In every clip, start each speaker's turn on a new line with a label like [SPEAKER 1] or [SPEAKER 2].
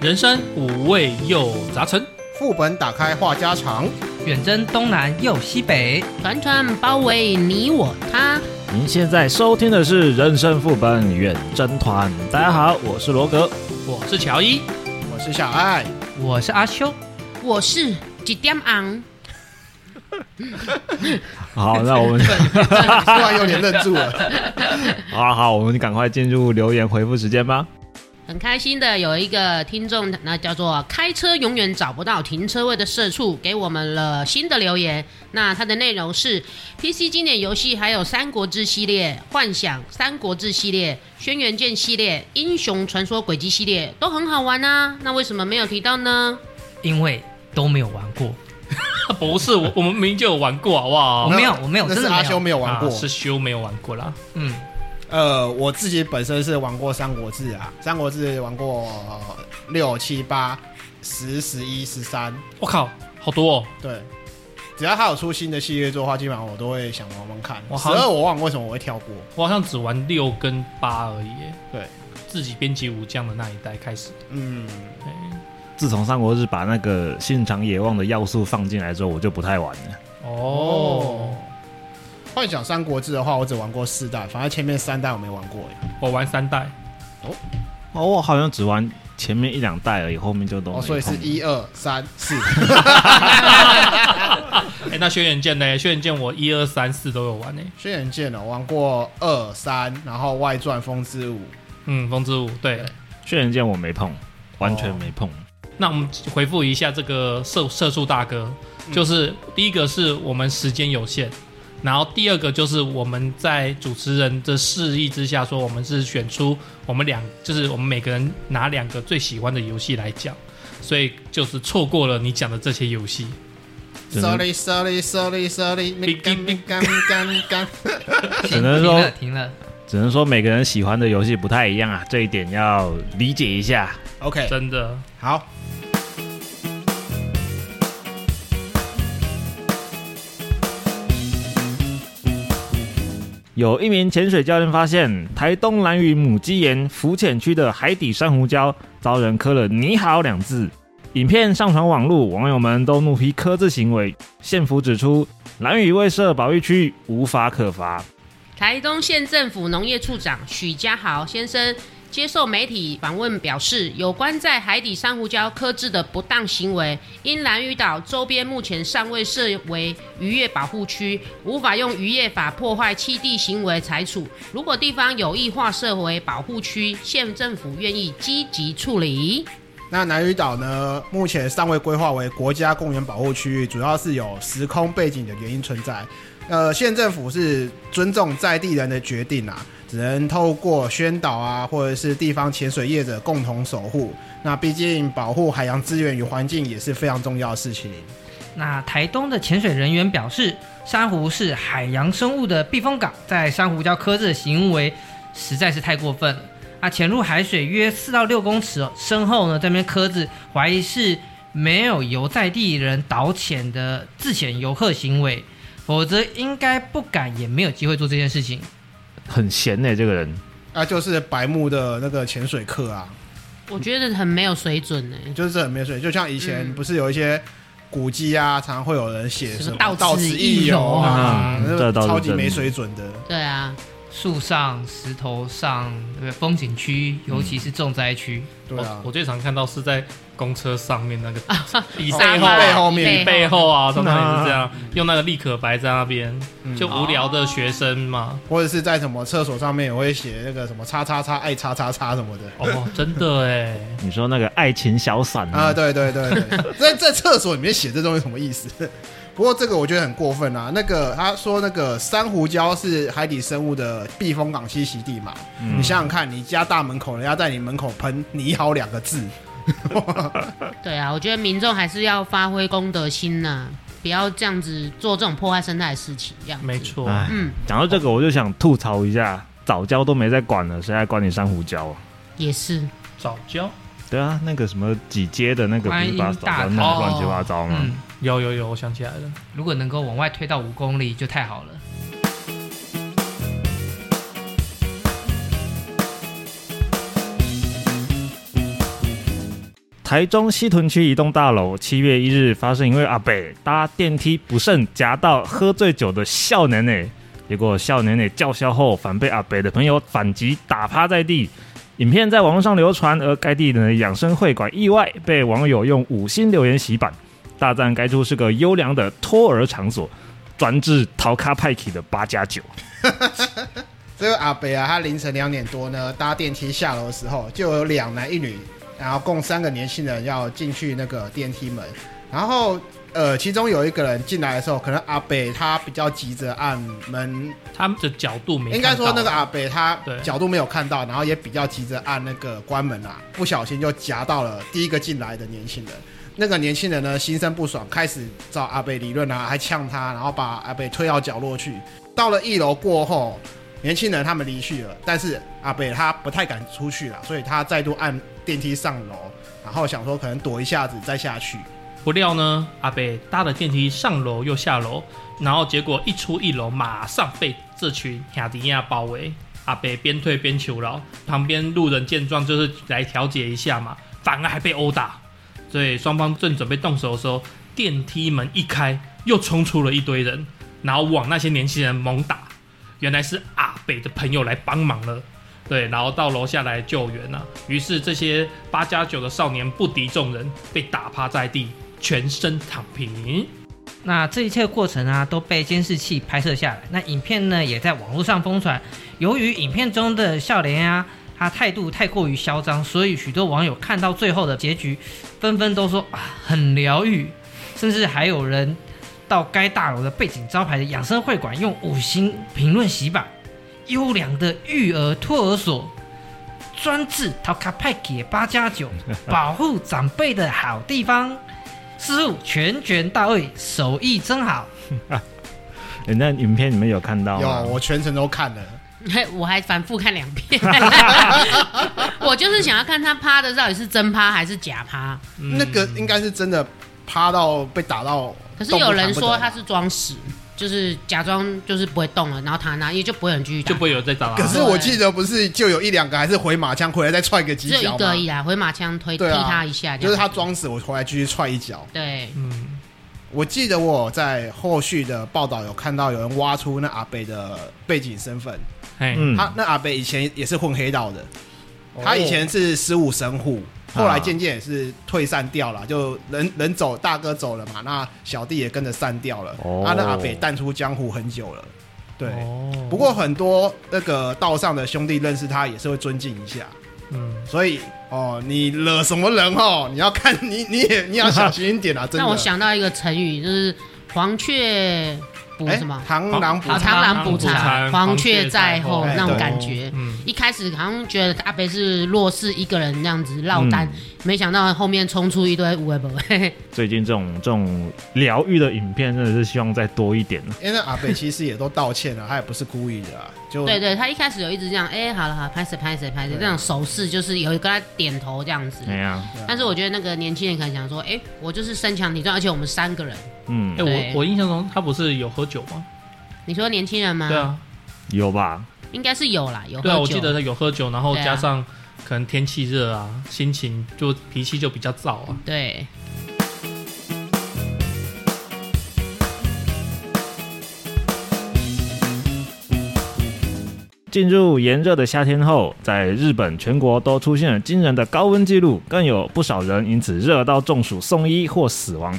[SPEAKER 1] 人生五味又杂陈，
[SPEAKER 2] 副本打开话家常，
[SPEAKER 3] 远征东南又西北，
[SPEAKER 4] 团团包围你我他。
[SPEAKER 5] 您现在收听的是《人生副本远征团》，大家好，我是罗格。
[SPEAKER 1] 我是乔伊。啊
[SPEAKER 2] 我是小 爱。
[SPEAKER 3] 我是阿修。
[SPEAKER 4] 我是几点啊昂？
[SPEAKER 5] 好，那 我们
[SPEAKER 2] 突然有点愣住了。
[SPEAKER 5] 好好，我们赶快进入留言回复时间吧。
[SPEAKER 4] 很开心的有一个听众，那叫做开车永远找不到停车位的社畜，给我们了新的留言。那它的内容是 PC 经典游戏，还有《三国志》系列、《幻想》《三国志》系列、《轩辕剑》系列、《英雄传说轨迹》系列都很好玩啊。那为什么没有提到呢？
[SPEAKER 3] 因为都没有玩过，
[SPEAKER 1] 不是我，我们明明就有玩过，好不好？
[SPEAKER 3] 我没有我没有
[SPEAKER 2] 那是
[SPEAKER 3] 真的没有
[SPEAKER 2] 阿修没有玩过
[SPEAKER 1] 啊。是修没有玩过啦。
[SPEAKER 3] 嗯，
[SPEAKER 2] 呃，我自己本身是玩过《三国志》啊，《三国志》玩过呃六七八十十一十三，
[SPEAKER 1] 我靠，好多哦！
[SPEAKER 2] 对。只要它有出新的系列作的话，基本上我都会想玩玩看。
[SPEAKER 1] 我
[SPEAKER 2] 十
[SPEAKER 1] 好像
[SPEAKER 2] 二我忘了为什么我会跳过，
[SPEAKER 1] 我好像只玩六跟八而已耶。
[SPEAKER 2] 对，
[SPEAKER 1] 自己编辑武将的那一代开始。哎
[SPEAKER 2] 嗯，
[SPEAKER 1] 对
[SPEAKER 5] 自从三国志把那个信长野望的要素放进来之后，我就不太玩了。
[SPEAKER 1] 哦，
[SPEAKER 2] 幻想《三国志》的话，我只玩过四代，反正前面三代我没玩过耶。
[SPEAKER 1] 我玩三代，
[SPEAKER 5] 哦，我好像只玩前面一两代而已，后面就都没
[SPEAKER 2] 哦，所以是
[SPEAKER 5] 碰
[SPEAKER 2] 一二三四，
[SPEAKER 1] 哎、那轩辕剑呢？轩辕剑我一二三四都有玩呢。
[SPEAKER 2] 轩辕剑呢，哦我玩过二三，然后外传风之舞，
[SPEAKER 1] 嗯，风之舞对。
[SPEAKER 5] 轩辕剑我没碰，完全没碰。
[SPEAKER 2] 哦
[SPEAKER 1] 那我们回复一下这个射射速大哥，就是第一个是我们时间有限，然后第二个就是我们在主持人的示意之下说，我们是选出我们两，就是我们每个人拿两个最喜欢的游戏来讲，所以就是错过了你讲的这些游戏。
[SPEAKER 5] 只能
[SPEAKER 2] Sorry, sorry, sorry, sorry. 没干没干没干没干。
[SPEAKER 5] 只
[SPEAKER 3] 停
[SPEAKER 5] 能说
[SPEAKER 3] 了停了，
[SPEAKER 5] 只能说每个人喜欢的游戏不太一样啊，这一点要理解一下。
[SPEAKER 2] OK，
[SPEAKER 1] 真的，
[SPEAKER 2] 好，
[SPEAKER 5] 有一名潜水教练发现，台东兰屿母鸡岩浮潜区的海底珊瑚礁遭人刻了“你好”两字。影片上传网络，网友们都怒批刻字行为。县府指出，兰屿未设保育区，无法可罚。
[SPEAKER 4] 台东县政府农业处长许家豪先生接受媒体访问表示，有关在海底珊瑚礁刻制的不当行为，因兰屿岛周边目前尚未设为渔业保护区，无法用渔业法破坏栖地行为裁处。如果地方有意划设为保护区，县政府愿意积极处理。
[SPEAKER 2] 那南屿岛呢，目前尚未规划为国家公园保护区域，主要是有时空背景的原因存在。呃，县政府是尊重在地人的决定啊，只能透过宣导啊，或者是地方潜水业者共同守护。那毕竟保护海洋资源与环境也是非常重要的事情。
[SPEAKER 3] 那台东的潜水人员表示，珊瑚是海洋生物的避风港，在珊瑚礁刻字的行为实在是太过分了。啊，潜入海水约四到六公尺哦深后呢，这边刻字，怀疑是没有由在地人导潜的自潜游客行为，否则应该不敢也没有机会做这件事情。
[SPEAKER 5] 很闲呢、这个人。
[SPEAKER 2] 啊，就是白木的那个潜水课啊，
[SPEAKER 4] 我觉得很没有水准呢、欸
[SPEAKER 2] 就是很没水，就像以前不是有一些古迹啊，常常会有人写嗯什
[SPEAKER 4] 什
[SPEAKER 2] 么
[SPEAKER 4] 么
[SPEAKER 2] “
[SPEAKER 4] 到
[SPEAKER 2] 到
[SPEAKER 4] 此
[SPEAKER 2] 此
[SPEAKER 4] 一
[SPEAKER 2] 一游”
[SPEAKER 4] 游
[SPEAKER 2] 啊
[SPEAKER 5] 啊，
[SPEAKER 2] 那
[SPEAKER 5] 这倒是
[SPEAKER 2] 超级
[SPEAKER 5] 真的
[SPEAKER 2] 没水准的。
[SPEAKER 4] 对啊，
[SPEAKER 3] 树上、石头上，对不对？风景区，尤其是重灾区，
[SPEAKER 2] 对啊
[SPEAKER 1] 我，我最常看到是在公车上面那个 椅
[SPEAKER 2] 哦
[SPEAKER 1] 背
[SPEAKER 4] 沙
[SPEAKER 1] 后
[SPEAKER 4] 发
[SPEAKER 2] 背后面
[SPEAKER 1] 椅背后啊，通
[SPEAKER 5] 真的啊
[SPEAKER 1] 常也是这样，用那个立可白在那边，就无聊的学生嘛。
[SPEAKER 2] 或者是在什么厕所上面也会写那个什么“叉叉叉爱叉叉叉”什么的。
[SPEAKER 1] 哦，真的哎。
[SPEAKER 5] 你说那个爱情小伞
[SPEAKER 2] 啊，对对对 对，在在厕所里面写这东西什么意思？ 不过这个我觉得很过分啊！那个他说那个珊瑚礁是海底生物的避风港栖息地嘛，
[SPEAKER 5] 嗯
[SPEAKER 2] 你想想看，你家大门口人家在你门口喷“你好”两个字，
[SPEAKER 4] 对啊，我觉得民众还是要发挥公德心呐、不要这样子做这种破坏生态的事情。这样，
[SPEAKER 1] 没错，
[SPEAKER 5] 哎
[SPEAKER 4] 嗯，
[SPEAKER 5] 讲到这个，我就想吐槽一下，早教都没在管了，谁还管你珊瑚礁啊？
[SPEAKER 4] 也是。
[SPEAKER 1] 早教
[SPEAKER 5] 对啊，那个什么几阶的那个不
[SPEAKER 3] 观
[SPEAKER 5] 是
[SPEAKER 3] 音
[SPEAKER 5] 把早
[SPEAKER 3] 大
[SPEAKER 5] 教弄
[SPEAKER 1] 塔
[SPEAKER 5] 得乱七八糟吗？
[SPEAKER 3] 嗯
[SPEAKER 1] 有有有，我想起来了，
[SPEAKER 3] 如果能够往外推到五公里就太好了。
[SPEAKER 5] 台中西屯区一栋大楼七月一日发生一位阿北搭电梯不慎夹到喝醉酒的少年呢，结果少年呢叫嚣后反被阿北的朋友反击打趴在地。影片在网络上流传，而该地的养生会馆意外被网友用五星留言洗版，大赞该处是个优良的托儿场所，专治桃咖派克的八加九。
[SPEAKER 2] 这个阿北啊，他凌晨两点多呢，搭电梯下楼的时候，就有两男一女，然后共三个年轻人要进去那个电梯门，然后呃，其中有一个人进来的时候，可能阿北他比较急着按门，
[SPEAKER 1] 他们的角度没
[SPEAKER 2] 应该说
[SPEAKER 1] 看到
[SPEAKER 2] 那个阿啊北他
[SPEAKER 1] 对
[SPEAKER 2] 角度没有看到，然后也比较急着按那个关门啊，不小心就夹到了第一个进来的年轻人。那个年轻人呢，心生不爽，开始找阿北理论啊，还呛他，然后把阿北推到角落去。到了一楼过后，年轻人他们离去了，但是阿北他不太敢出去了，所以他再度按电梯上楼，然后想说可能躲一下子再下去。
[SPEAKER 1] 不料呢，阿北搭了电梯上楼又下楼，然后结果一出一楼，马上被这群亚迪亚包围。阿北边退边求饶，旁边路人见状就是来调解一下嘛，反而还被殴打。所以双方正准备动手的时候，电梯门一开，又冲出了一堆人，然后往那些年轻人猛打。原来是阿北的朋友来帮忙了。对，然后到楼下来救援啊。于是这些八加九的少年不敌众人，被打趴在地，全身躺平。
[SPEAKER 3] 那这一切过程啊，都被监视器拍摄下来。那影片呢，也在网络上疯传。由于影片中的笑莲啊，他态度太过于嚣张，所以许多网友看到最后的结局，纷纷都说啊，很疗愈，甚至还有人到该大楼的背景招牌的养生会馆用五星评论洗版，优良的育儿托儿所。专治淘卡派给八加九，保护长辈的好地方。师傅全权到位，手艺真好。
[SPEAKER 5] 诶那影片你们有看
[SPEAKER 4] 哦
[SPEAKER 5] 到
[SPEAKER 2] 有，
[SPEAKER 5] 吗？
[SPEAKER 2] 我全程都看了。
[SPEAKER 4] 嘿我还反复看两遍， 我就是想要看他趴的到底是真趴还是假趴。
[SPEAKER 1] 嗯
[SPEAKER 2] 那个应该是真的趴到被打到，
[SPEAKER 4] 可是有人说
[SPEAKER 2] 动
[SPEAKER 4] 他
[SPEAKER 2] 啊
[SPEAKER 4] 是装死，就是假装就是不会动了，然后躺在那，也就不会有人继续打
[SPEAKER 1] 就不会有人再
[SPEAKER 4] 啊
[SPEAKER 1] 打
[SPEAKER 2] 弹不得了。可
[SPEAKER 1] 了。
[SPEAKER 2] 是我记得不是就有一两个还是回马枪回来再踹个几
[SPEAKER 4] 只有
[SPEAKER 2] 脚
[SPEAKER 4] 一个
[SPEAKER 2] 吗
[SPEAKER 4] 而？已啦，回马枪推踢
[SPEAKER 2] 对啊
[SPEAKER 4] 他一下，
[SPEAKER 2] 就是他。装死，我回来继续踹一脚。
[SPEAKER 4] 对，
[SPEAKER 1] 嗯，
[SPEAKER 2] 我记得我有在后续的报道有看到有人挖出那阿北的背景身份，
[SPEAKER 1] 嘿，
[SPEAKER 5] 嗯
[SPEAKER 2] 他那阿北以前也是混黑道的，
[SPEAKER 4] 哦
[SPEAKER 2] 他以前是十五神户，后来渐渐也是退散掉了，就人人走大哥走了嘛，那小弟也跟着散掉了，啊
[SPEAKER 5] 哦
[SPEAKER 2] 他那阿北淡出江湖很久了，对。
[SPEAKER 1] 哦
[SPEAKER 2] 不过很多那个道上的兄弟认识他也是会尊敬一下，
[SPEAKER 1] 嗯，
[SPEAKER 2] 所以哦，你惹什么人哦，你要看 你你也你也要小心一点啊， 真的。
[SPEAKER 4] 那我想到一个成语，就是黄雀补
[SPEAKER 2] 哎
[SPEAKER 4] 什么？
[SPEAKER 2] 螳螂捕
[SPEAKER 4] 好， 螳螂捕
[SPEAKER 1] 螳螂捕
[SPEAKER 4] 蝉，
[SPEAKER 1] 蝉
[SPEAKER 4] 黄雀在后
[SPEAKER 2] 黄雀在后
[SPEAKER 4] 那种
[SPEAKER 2] 哎
[SPEAKER 4] 感
[SPEAKER 2] 对
[SPEAKER 4] 觉。
[SPEAKER 1] 嗯，
[SPEAKER 4] 一开始好像觉得阿北是弱势一个人那样子落单，
[SPEAKER 1] 嗯
[SPEAKER 4] 没想到后面冲出一堆无为不为。
[SPEAKER 5] 最近这种这种疗愈的影片，真的是希望再多一点。
[SPEAKER 2] 因为那阿北其实也都道歉了，他也不是故意的、啊，就
[SPEAKER 4] 对对，他一开始有一直这样，哎、好了好了，拍谁拍谁拍谁，
[SPEAKER 2] 对
[SPEAKER 4] 这种手势就是有一个他点头这样子。
[SPEAKER 5] 哎呀，
[SPEAKER 4] 但是我觉得那个年轻人可能想说，哎、我就是身强体壮，而且我们三个人，
[SPEAKER 5] 嗯
[SPEAKER 1] 哎、，
[SPEAKER 4] 对
[SPEAKER 1] 我我印象中他不是有喝酒吗？
[SPEAKER 4] 你说年轻人吗？
[SPEAKER 1] 对，啊，
[SPEAKER 5] 有吧？
[SPEAKER 4] 应该是有啦，有喝酒。
[SPEAKER 1] 对啊，我记得他有喝酒，然后
[SPEAKER 4] 对啊
[SPEAKER 1] 加上可能天气热啊，心情就脾气就比较燥啊。
[SPEAKER 4] 对
[SPEAKER 5] 进入炎热的夏天后，在日本全国都出现了惊人的高温记录，更有不少人因此热到中暑送医或死亡。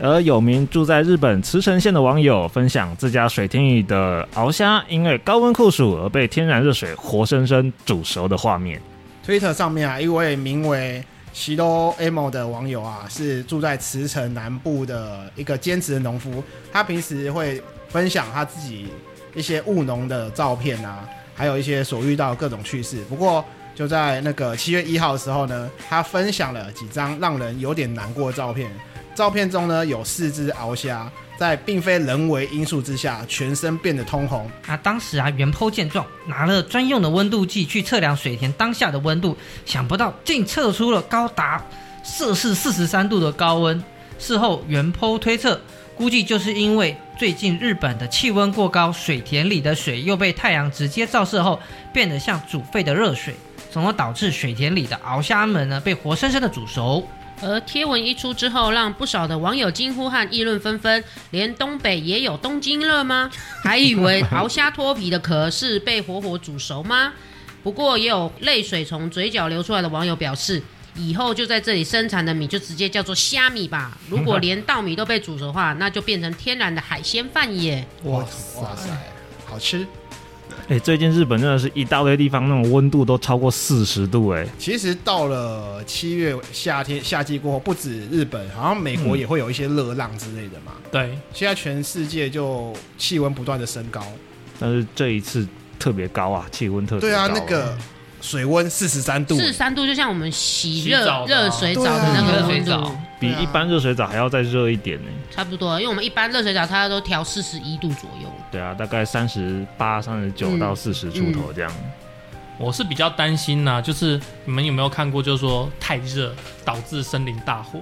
[SPEAKER 5] 而有名住在日本茨城县的网友分享自家水天里的鳌虾因为高温酷暑而被天然热水活生生煮熟的画面。
[SPEAKER 2] Twitter 上面啊，一位名为西多 Amo 的网友啊，是住在茨城南部的一个兼职的农夫，他平时会分享他自己一些务农的照片啊，还有一些所遇到的各种趣事。不过就在那个七月一号的时候呢，他分享了几张让人有点难过的照片。照片中呢，有四只鳌虾在并非人为因素之下，全身变得通红，
[SPEAKER 3] 啊，当时啊，袁剖见状，拿了专用的温度计去测量水田当下的温度，想不到竟测出了高达摄氏四十三度的高温。事后，袁剖推测，估计就是因为最近日本的气温过高，水田里的水又被太阳直接照射后，变得像煮沸的热水，从而导致水田里的鳌虾们呢被活生生的煮熟。
[SPEAKER 4] 而贴文一出之后，让不少的网友惊呼和议论纷纷，连东北也有东京热吗？还以为鳌虾脱皮的壳是被活活煮熟吗？不过也有泪水从嘴角流出来的网友表示，以后就在这里生产的米就直接叫做虾米吧。如果连稻米都被煮熟的话，那就变成天然的海鲜饭耶。
[SPEAKER 2] 哇哇塞，好吃！
[SPEAKER 5] 哎、最近日本真的是一大堆地方那种温度都超过四十度、哎，
[SPEAKER 2] 其实到了七月夏天夏季过后，不止日本，好像美国也会有一些热浪之类的嘛。
[SPEAKER 1] 对，
[SPEAKER 2] 现在全世界就气温不断的升高。
[SPEAKER 5] 但是这一次特别高啊，气温特别
[SPEAKER 2] 对
[SPEAKER 5] 高、
[SPEAKER 2] 啊，那个水温四十三度，
[SPEAKER 4] 四十三度就像我们洗
[SPEAKER 1] 洗
[SPEAKER 4] 热
[SPEAKER 1] 澡的啊
[SPEAKER 4] 热水澡的
[SPEAKER 2] 对
[SPEAKER 4] 那
[SPEAKER 2] 啊
[SPEAKER 4] 个
[SPEAKER 3] 热水
[SPEAKER 4] 温度
[SPEAKER 3] 澡
[SPEAKER 5] 比一般热水澡还要再热一点呢、
[SPEAKER 4] 差不多，因为我们一般热水澡它都调四十一度左右。
[SPEAKER 5] 对啊，大概三十八、三十九
[SPEAKER 4] 嗯
[SPEAKER 5] 到四十出头这样。
[SPEAKER 1] 我是比较担心呐、就是你们有没有看过，就是说太热导致森林大火？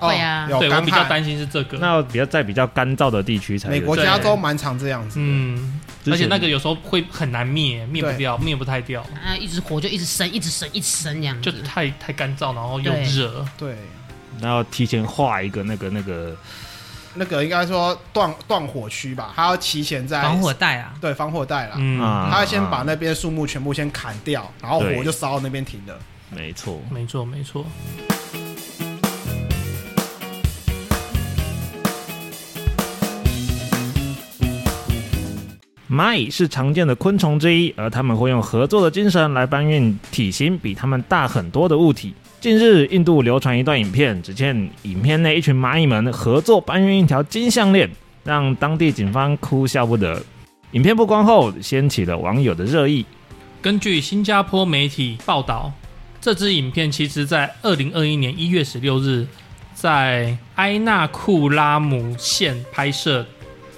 [SPEAKER 2] 哦
[SPEAKER 4] 会啊
[SPEAKER 2] 有
[SPEAKER 1] 对我
[SPEAKER 2] 干
[SPEAKER 1] 比较
[SPEAKER 2] 旱。
[SPEAKER 1] 担心是这个。
[SPEAKER 5] 那比较在比较干燥的地区才有
[SPEAKER 2] 美国
[SPEAKER 1] 对
[SPEAKER 2] 加州蛮常这样子，
[SPEAKER 1] 嗯，
[SPEAKER 5] 之前
[SPEAKER 1] 而且那个有时候会很难灭，灭不掉，灭不太掉，
[SPEAKER 4] 啊，一直火就一直升，一直升，一直升这样
[SPEAKER 1] 就
[SPEAKER 5] 嗯
[SPEAKER 4] 子。
[SPEAKER 1] 太太干燥，然后又
[SPEAKER 4] 对
[SPEAKER 1] 热。
[SPEAKER 5] 啊
[SPEAKER 2] 对，
[SPEAKER 5] 然后提前画一个那个那个，
[SPEAKER 2] 那个应该说断断火区吧，它要提前在
[SPEAKER 3] 防火带啊，
[SPEAKER 2] 对防火带啦，
[SPEAKER 1] 嗯，
[SPEAKER 5] 啊
[SPEAKER 2] 它要先把那边树木全部先砍掉，然后火
[SPEAKER 5] 对
[SPEAKER 2] 就烧到那边停了。
[SPEAKER 5] 没错，
[SPEAKER 1] 没错没错。
[SPEAKER 5] 蚂蚁是常见的昆虫之一，而它们会用合作的精神来搬运体型比它们大很多的物体。近日，印度流传一段影片，只见影片内一群蚂蚁们合作搬运一条金项链，让当地警方哭笑不得。影片曝光后，掀起了网友的热议。
[SPEAKER 1] 根据新加坡媒体报道，这支影片其实在二零二一年一月十六日在埃纳库拉姆县拍摄。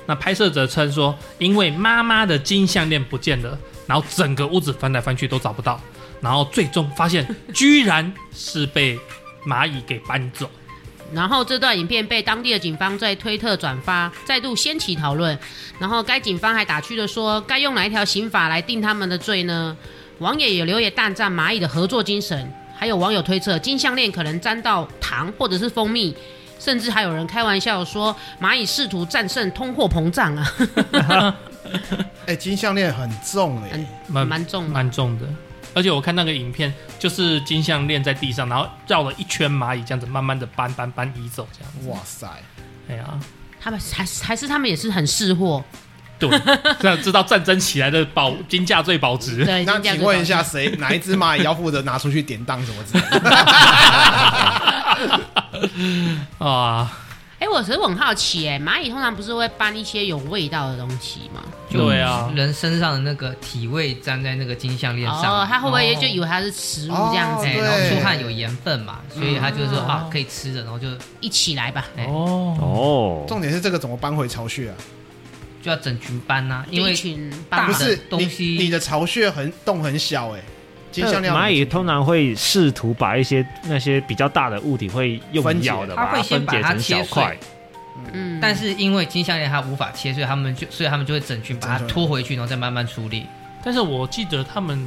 [SPEAKER 1] 那拍摄者称说，因为妈妈的金项链不见了，然后整个屋子翻来翻去都找不到，然后最终发现居然是被蚂蚁给搬走。
[SPEAKER 4] 然后这段影片被当地的警方在推特转发，再度掀起讨论。然后该警方还打趣的说，该用哪一条刑法来定他们的罪呢？网友也留言大赞蚂蚁的合作精神，还有网友推测金项链可能沾到糖或者是蜂蜜。甚至还有人开玩笑说，蚂蚁试图战胜通货膨胀啊，
[SPEAKER 2] 哎，金项链很重哎
[SPEAKER 4] 很，
[SPEAKER 1] 蛮
[SPEAKER 4] 蛮重的。
[SPEAKER 1] 蛮重的。而且我看那个影片，就是金项链在地上，然后绕了一圈蚂蚁，这样子慢慢的搬搬搬移走，这样。
[SPEAKER 2] 哇塞，
[SPEAKER 1] 哎呀，
[SPEAKER 4] 他们还是还是他们也是很识货，
[SPEAKER 1] 对，这样知道战争起来的保 金价最保值。
[SPEAKER 4] 对。
[SPEAKER 2] 那
[SPEAKER 4] 这样
[SPEAKER 2] 请
[SPEAKER 4] 就
[SPEAKER 2] 问
[SPEAKER 4] 搞
[SPEAKER 2] 一下，谁哪一只蚂蚁要负责拿出去典当什么之类的？
[SPEAKER 1] 啊，
[SPEAKER 4] 哎、我其实我很好奇、哎，蚂蚁通常不是会搬一些有味道的东西吗？
[SPEAKER 1] 对啊，
[SPEAKER 3] 人身上的那个体味粘在那个金项链上，
[SPEAKER 4] 哦，它会不会就以为它是食物这样子？
[SPEAKER 3] 哎，
[SPEAKER 2] 哦对
[SPEAKER 3] 然后出汗有盐分嘛，所以他就是说啊可以吃的，然后就
[SPEAKER 4] 一起来吧，
[SPEAKER 3] 哎
[SPEAKER 1] 哦，
[SPEAKER 5] 哦，
[SPEAKER 2] 重点是这个怎么搬回巢穴啊？
[SPEAKER 3] 就要整群搬呐，因
[SPEAKER 4] 就
[SPEAKER 3] 为
[SPEAKER 4] 一群
[SPEAKER 3] 大
[SPEAKER 2] 不
[SPEAKER 4] 爸
[SPEAKER 3] 的
[SPEAKER 2] 是
[SPEAKER 3] 东西
[SPEAKER 2] 你你的巢穴很洞很小哎，金
[SPEAKER 1] 呃
[SPEAKER 2] 项链要
[SPEAKER 5] 蚂蚁
[SPEAKER 2] 怎么
[SPEAKER 5] 通常会试图把一些那些比较大的物体会用咬
[SPEAKER 3] 分解
[SPEAKER 5] 的
[SPEAKER 3] 它
[SPEAKER 5] 把
[SPEAKER 3] 会
[SPEAKER 5] 它
[SPEAKER 3] 先
[SPEAKER 5] 分
[SPEAKER 3] 把
[SPEAKER 5] 解
[SPEAKER 3] 它
[SPEAKER 5] 成小
[SPEAKER 3] 切碎
[SPEAKER 5] 块，
[SPEAKER 4] 嗯，
[SPEAKER 3] 但是因为金项链它无法切，所以他们就所以他们就会整群把它拖回去，然后再慢慢处理。
[SPEAKER 1] 但是我记得他们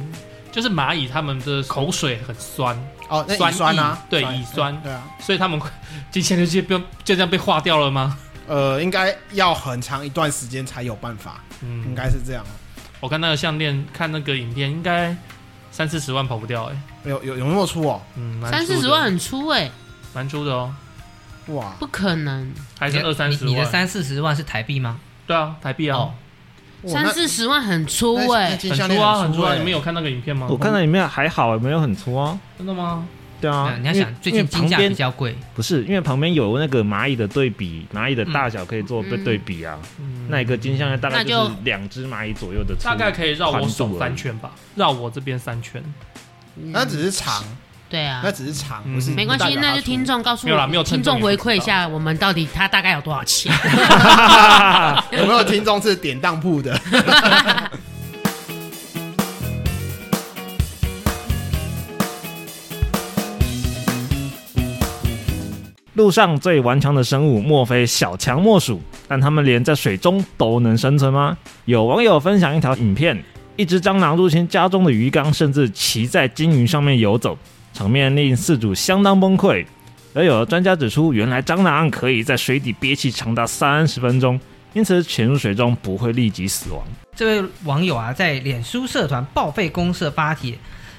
[SPEAKER 1] 就是蚂蚁，他们的口水很酸，
[SPEAKER 2] 哦，那
[SPEAKER 1] 酸
[SPEAKER 2] 乙酸啊
[SPEAKER 1] 液，对
[SPEAKER 2] 酸
[SPEAKER 1] 乙酸
[SPEAKER 2] 对啊，
[SPEAKER 1] 所以他们会金项链就被就这样被化掉了吗？
[SPEAKER 2] 呃，应该要很长一段时间才有办法，应
[SPEAKER 1] 嗯，
[SPEAKER 2] 该是这样。哦
[SPEAKER 1] 我看那个项链，看那个影片，应该三四十万跑不掉哎、
[SPEAKER 2] 有有有那么粗哦？
[SPEAKER 1] 嗯，蛮
[SPEAKER 4] 三
[SPEAKER 1] 粗的
[SPEAKER 4] 四十万很粗哎、
[SPEAKER 1] 蛮粗的哦，
[SPEAKER 2] 哇，
[SPEAKER 4] 不可能，
[SPEAKER 1] 还是
[SPEAKER 3] 你的
[SPEAKER 1] 二三十
[SPEAKER 3] 你你的
[SPEAKER 1] 万？
[SPEAKER 3] 三四十万是台币吗？
[SPEAKER 1] 对啊，台币啊
[SPEAKER 3] 哦，
[SPEAKER 2] 哇
[SPEAKER 4] 三
[SPEAKER 2] 那
[SPEAKER 4] 四十万很粗
[SPEAKER 2] 那
[SPEAKER 4] 哎、
[SPEAKER 2] 那金
[SPEAKER 1] 很
[SPEAKER 2] 项
[SPEAKER 1] 粗
[SPEAKER 2] 链
[SPEAKER 1] 啊，很粗啊！
[SPEAKER 2] 欸
[SPEAKER 1] 你们有看那个影片吗？
[SPEAKER 5] 我看到里面还好，没有很粗啊。
[SPEAKER 1] 真的吗？
[SPEAKER 5] 对啊
[SPEAKER 3] 啊，你要
[SPEAKER 5] 因为
[SPEAKER 3] 想最
[SPEAKER 5] 因为
[SPEAKER 3] 近金
[SPEAKER 5] 旁
[SPEAKER 3] 价比
[SPEAKER 5] 边
[SPEAKER 3] 较贵，
[SPEAKER 5] 不是因为旁边有那个蚂蚁的对比，蚂蚁的大小可以做对
[SPEAKER 4] 嗯
[SPEAKER 5] 对比啊。
[SPEAKER 1] 嗯，
[SPEAKER 5] 那一个金项链大概
[SPEAKER 4] 那
[SPEAKER 5] 就
[SPEAKER 4] 就是
[SPEAKER 5] 两只蚂蚁左右的粗，
[SPEAKER 1] 大概可以绕我
[SPEAKER 5] 宽度
[SPEAKER 1] 手
[SPEAKER 5] 而已
[SPEAKER 1] 三圈吧，绕我这边三圈。
[SPEAKER 4] 嗯
[SPEAKER 2] 那只是长，
[SPEAKER 4] 对啊
[SPEAKER 2] 那，只是长，
[SPEAKER 1] 嗯
[SPEAKER 2] 不是
[SPEAKER 4] 没关
[SPEAKER 2] 不
[SPEAKER 4] 系
[SPEAKER 2] 代，表它
[SPEAKER 4] 那就
[SPEAKER 2] 粗
[SPEAKER 4] 听众告诉
[SPEAKER 1] 没有啦
[SPEAKER 4] 我，
[SPEAKER 1] 没有称
[SPEAKER 4] 听
[SPEAKER 1] 重
[SPEAKER 4] 众
[SPEAKER 1] 也不
[SPEAKER 4] 回
[SPEAKER 1] 知道
[SPEAKER 4] 馈一下，我们到底它大概有多少钱？
[SPEAKER 2] 有没有听众是典当铺的？
[SPEAKER 5] 路上最顽强的生物，莫非小强莫属？但它们连在水中都能生存吗？有网友分享一条影片，一只蟑螂入侵家中的鱼缸，甚至骑在金鱼上面游走，场面令饲主相当崩溃。而有专家指出，原来蟑螂可以在水底憋气长达三十分钟，因此潜入水中不会立即死亡。
[SPEAKER 3] 这位网友啊，在脸书社团报废公社发帖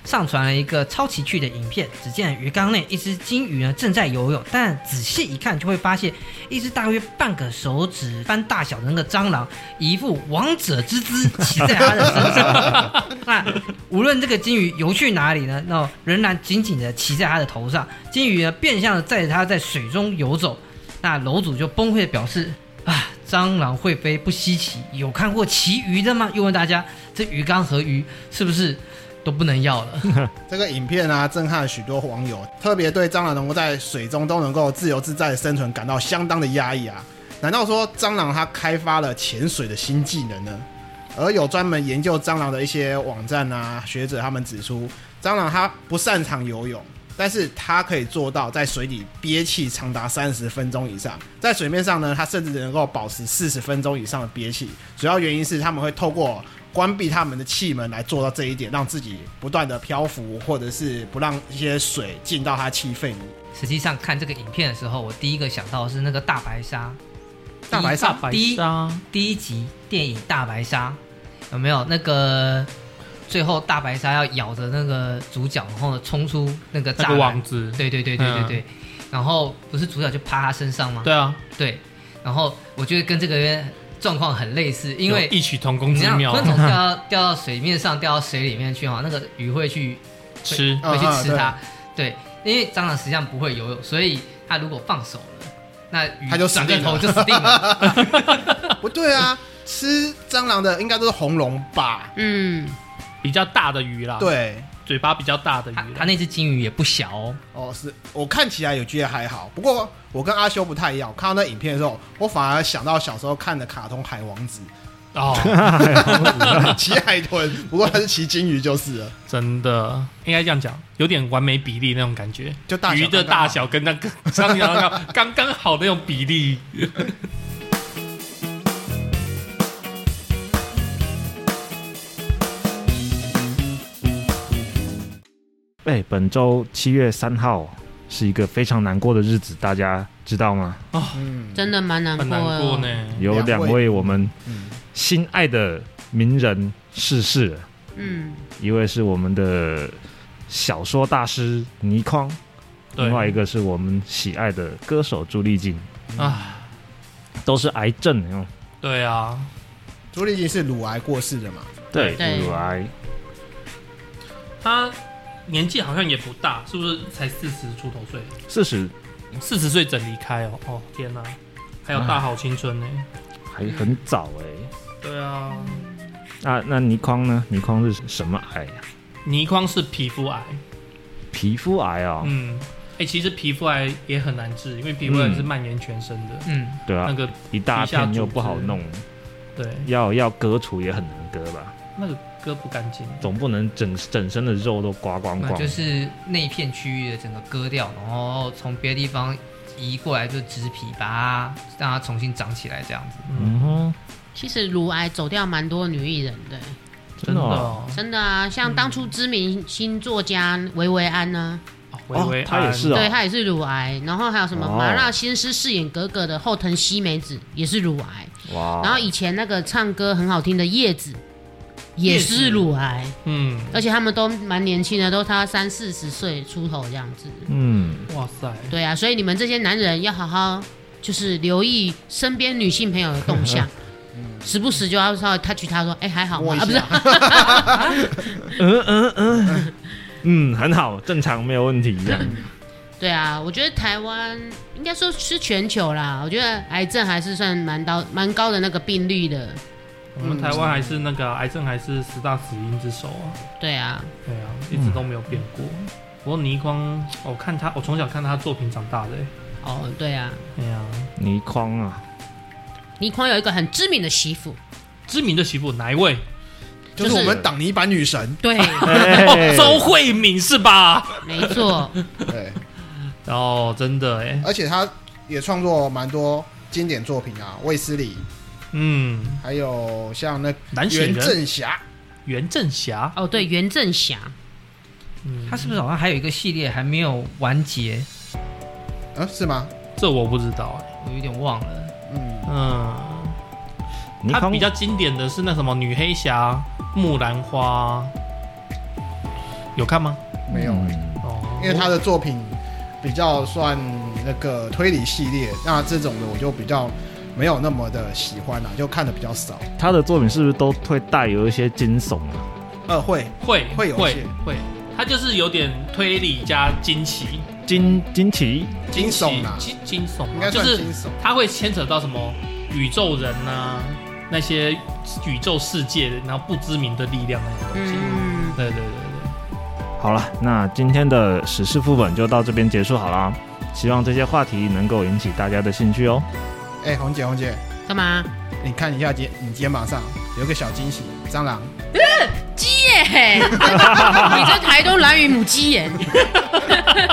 [SPEAKER 3] 上传了一个超奇趣的影片，只见鱼缸内一只金鱼呢正在游泳，但仔细一看就会发现，一只大约半个手指般大小的那个蟑螂，以一副王者之姿骑在它的身上。 那无论这个金鱼游去哪里呢，那仍然紧紧的骑在它的头上。金鱼呢变相的载着它在水中游走。那楼主就崩溃的表示： 啊，蟑螂会飞不稀奇，有看过骑鱼的吗？又问大家，这鱼缸和鱼是不是都不能要了？
[SPEAKER 2] 这个影片啊，震撼了许多网友，特别对蟑螂能够在水中都能够自由自在的生存感到相当的压抑啊！难道说蟑螂它开发了潜水的新技能呢？而有专门研究蟑螂的一些网站啊，学者他们指出，蟑螂它不擅长游泳，但是它可以做到在水里憋气长达三十分钟以上，在水面上呢，它甚至能够保持四十分钟以上的憋气。主要原因是他们会透过关闭他们的气门来做到这一点，让自己不断的漂浮，或者是不让一些水进到它气肺里。
[SPEAKER 3] 实际上看这个影片的时候，我第一个想到的是那个大白鲨，
[SPEAKER 2] 大白鲨
[SPEAKER 1] 白
[SPEAKER 3] 第一
[SPEAKER 1] 鲨，
[SPEAKER 3] 第一集电影《大白鲨》，有没有那个最后大白鲨要咬着那个主角，然后呢冲出那个
[SPEAKER 1] 那
[SPEAKER 3] 栅
[SPEAKER 1] 个
[SPEAKER 3] 栏
[SPEAKER 1] 网？子，
[SPEAKER 3] 对对对对对对，然后不是主角就趴他身上吗？
[SPEAKER 1] 对啊，
[SPEAKER 3] 对，然后我觉得跟这个状况很类似，因为
[SPEAKER 1] 有异曲同工
[SPEAKER 3] 你
[SPEAKER 1] 之
[SPEAKER 3] 像
[SPEAKER 1] 妙，
[SPEAKER 3] 昆虫掉 到掉到水面上，掉到水里面去哈，那个鱼会去
[SPEAKER 1] 吃
[SPEAKER 3] 会去
[SPEAKER 2] 嗯嗯
[SPEAKER 3] 吃它。对，因为蟑螂实际上不会游泳，所以它如果放手了，那鱼
[SPEAKER 2] 它就死
[SPEAKER 3] 转个
[SPEAKER 2] 定
[SPEAKER 3] 头
[SPEAKER 2] 了
[SPEAKER 3] 就死定了。
[SPEAKER 2] 不对啊，吃蟑螂的应该都是红龙吧？
[SPEAKER 4] 嗯，
[SPEAKER 1] 比较大的鱼啦，，
[SPEAKER 2] 对，
[SPEAKER 1] 嘴巴比较大的鱼
[SPEAKER 3] 它
[SPEAKER 1] 啦，
[SPEAKER 3] 它那只金鱼也不小哦，
[SPEAKER 2] 哦，是我看起来也觉得还好，不过我跟阿修不太一样，我看到那影片的时候，我反而想到小时候看的卡通《海王子
[SPEAKER 1] 哦，》，
[SPEAKER 2] 骑海豚，不过它是骑金鱼就是了，
[SPEAKER 1] 真的应该这样讲，有点完美比例那种感觉，
[SPEAKER 2] 就大小
[SPEAKER 1] 鱼的
[SPEAKER 2] 刚刚
[SPEAKER 1] 大
[SPEAKER 2] 好
[SPEAKER 1] 小跟那个 张扬刚刚刚刚好那种比例。
[SPEAKER 5] 哎，本周七月三号是一个非常难过的日子，大家知道吗？
[SPEAKER 2] 嗯，
[SPEAKER 4] 真的蛮难
[SPEAKER 1] 很
[SPEAKER 4] 过
[SPEAKER 1] 难
[SPEAKER 4] 哦
[SPEAKER 1] 过。呢。
[SPEAKER 5] 有
[SPEAKER 2] 两
[SPEAKER 5] 两
[SPEAKER 2] 位
[SPEAKER 5] 位我们
[SPEAKER 2] 嗯
[SPEAKER 5] 心爱的名人逝世了，
[SPEAKER 4] 嗯，
[SPEAKER 5] 一位是我们的小说大师倪匡，
[SPEAKER 1] 对
[SPEAKER 5] 另外一个是我们喜爱的歌手朱丽静，
[SPEAKER 1] 啊，
[SPEAKER 5] 都是癌症哦。
[SPEAKER 1] 对啊，
[SPEAKER 2] 朱丽金是乳癌过世的嘛？
[SPEAKER 5] 对
[SPEAKER 4] 对
[SPEAKER 5] 乳癌，
[SPEAKER 1] 他年纪好像也不大，是不是才四十出头岁？
[SPEAKER 5] 四十
[SPEAKER 1] 四十岁整离开哦，哦天哪、还有大好青春呢、
[SPEAKER 5] 还很早哎、
[SPEAKER 1] 对啊，
[SPEAKER 5] 那那倪匡呢？倪匡是什么癌呀、
[SPEAKER 1] 倪匡是皮肤癌，
[SPEAKER 5] 皮肤癌哦，
[SPEAKER 1] 嗯，哎、其实皮肤癌也很难治，因为皮肤癌是蔓延全身的，
[SPEAKER 3] 嗯，
[SPEAKER 5] 对
[SPEAKER 1] 那
[SPEAKER 5] 啊，
[SPEAKER 1] 个
[SPEAKER 5] 一大
[SPEAKER 1] 皮下组
[SPEAKER 5] 片
[SPEAKER 1] 织
[SPEAKER 5] 又不好弄，
[SPEAKER 1] 对，
[SPEAKER 5] 要要割除也很难割吧，
[SPEAKER 1] 那个割不干净。
[SPEAKER 5] 总不能整整身的肉都刮光
[SPEAKER 3] 那
[SPEAKER 5] 光。
[SPEAKER 3] 就是那一片区域的整个割掉，然后从别的地方移过来就植皮，把它让它重新长起来这样子。
[SPEAKER 1] 嗯，
[SPEAKER 5] 嗯哼，
[SPEAKER 4] 其实乳癌走掉蛮多女艺人的，欸
[SPEAKER 5] 真的哦，
[SPEAKER 1] 哦，
[SPEAKER 4] 真的啊，像当初知名新作家维维安呢、
[SPEAKER 1] 哦薇薇
[SPEAKER 5] 哦他也
[SPEAKER 1] 安
[SPEAKER 5] 是哦
[SPEAKER 4] 对她也是乳癌，然后还有什么
[SPEAKER 5] 哦
[SPEAKER 4] 麻辣鲜师饰演格格的后藤希美子也是乳癌，
[SPEAKER 1] 哦
[SPEAKER 5] 哇，
[SPEAKER 4] 然后以前那个唱歌很好听的叶子也是乳癌，
[SPEAKER 1] 嗯，
[SPEAKER 4] 而且他们都蛮年轻的，都差三四十岁出头这样子。
[SPEAKER 5] 嗯，
[SPEAKER 1] 哇塞，
[SPEAKER 4] 对啊，所以你们这些男人要好好就是留意身边女性朋友的动向，时不时就要稍微 touch 她说，哎、还好
[SPEAKER 2] 摸
[SPEAKER 4] 吗？
[SPEAKER 2] 一
[SPEAKER 4] 啊，不是
[SPEAKER 2] 下，，
[SPEAKER 5] 嗯嗯嗯，嗯，很好，正常没有问题这样。
[SPEAKER 4] 对啊，我觉得台湾应该说是全球啦，我觉得癌症还是算蛮高蛮高的那个病率的。
[SPEAKER 1] 我们台湾还是那个啊癌症还是十大死因之首啊。
[SPEAKER 4] 对啊，
[SPEAKER 1] 对啊，一
[SPEAKER 5] 嗯
[SPEAKER 1] 直都没有变过。不过倪匡，我看他，我从小看他作品长大的、欸。
[SPEAKER 4] 哦，对啊，
[SPEAKER 1] 哎呀、
[SPEAKER 5] 倪匡啊，
[SPEAKER 4] 倪匡有一个很知名的媳妇，
[SPEAKER 1] 知名的媳妇哪一位？
[SPEAKER 2] 就是我们挡泥板女神，
[SPEAKER 4] 对，
[SPEAKER 5] 哎
[SPEAKER 1] 哦周慧敏是吧？
[SPEAKER 4] 没错，
[SPEAKER 2] 对，
[SPEAKER 1] 哦，真的哎、
[SPEAKER 2] 而且她也创作蛮多经典作品啊，《卫斯理》，
[SPEAKER 1] 嗯，
[SPEAKER 2] 还有像那
[SPEAKER 1] 蓝雪
[SPEAKER 2] 袁
[SPEAKER 1] 人
[SPEAKER 2] 振霞，
[SPEAKER 1] 袁振霞，
[SPEAKER 4] 哦，对，袁振霞，
[SPEAKER 1] 嗯，
[SPEAKER 3] 它是不是好像还有一个系列还没有完结？
[SPEAKER 2] 啊，是吗？
[SPEAKER 1] 这我不知道哎、
[SPEAKER 3] 我有点忘了。
[SPEAKER 2] 嗯，
[SPEAKER 1] 嗯，
[SPEAKER 5] 你
[SPEAKER 1] 它
[SPEAKER 5] 看
[SPEAKER 1] 比较经典的是那什么女黑侠、木兰花，有看吗？
[SPEAKER 2] 没有、
[SPEAKER 5] 嗯
[SPEAKER 1] 哦，
[SPEAKER 2] 因为他的作品比较算那个推理系列，那这种的我就比较没有那么的喜欢啦，就看的比较少。
[SPEAKER 5] 他的作品是不是都会带有一些惊悚啊？
[SPEAKER 2] 二会
[SPEAKER 1] 会
[SPEAKER 2] 会有
[SPEAKER 1] 会
[SPEAKER 2] 些
[SPEAKER 1] 会，它就是有点推理加惊奇、
[SPEAKER 5] 惊惊奇
[SPEAKER 2] 惊悚啦，
[SPEAKER 1] 惊惊悚
[SPEAKER 2] 应
[SPEAKER 1] 啊，
[SPEAKER 2] 该
[SPEAKER 1] 就
[SPEAKER 2] 算
[SPEAKER 1] 是
[SPEAKER 2] 惊悚。
[SPEAKER 1] 它会牵扯到什么宇宙人呐、那些宇宙世界的，然后不知名的力量那种东西。
[SPEAKER 4] 嗯，
[SPEAKER 1] 对对对对，
[SPEAKER 5] 好了，那今天的史诗副本就到这边结束好啦。希望这些话题能够引起大家的兴趣哦。
[SPEAKER 2] 哎、红姐，红姐，
[SPEAKER 4] 干嘛？
[SPEAKER 2] 你看一下肩，你肩膀上有个小惊喜，蟑螂。
[SPEAKER 4] 鸡耶！你这台东蓝屿母鸡耶！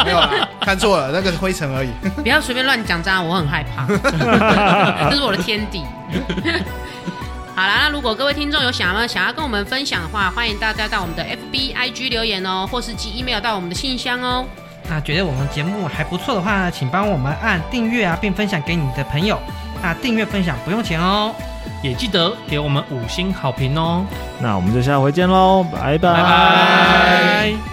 [SPEAKER 2] 没有啦，看错了，那个是灰尘而已。
[SPEAKER 4] 不要随便乱讲脏话，我很害 怕，这是我的天敌。 好啦，那如果各位听众有想要想要跟我们分享的话，欢迎大家到我们的 FB、IG 留言哦，或是寄 email 到我们的信箱哦。
[SPEAKER 3] 那觉得我们节目还不错的话呢，请帮我们按订阅啊，并分享给你的朋友。那订阅分享不用钱哦。
[SPEAKER 1] 也记得给我们五星好评哦。
[SPEAKER 5] 那我们就下回见喽，拜
[SPEAKER 1] 拜拜
[SPEAKER 3] 拜。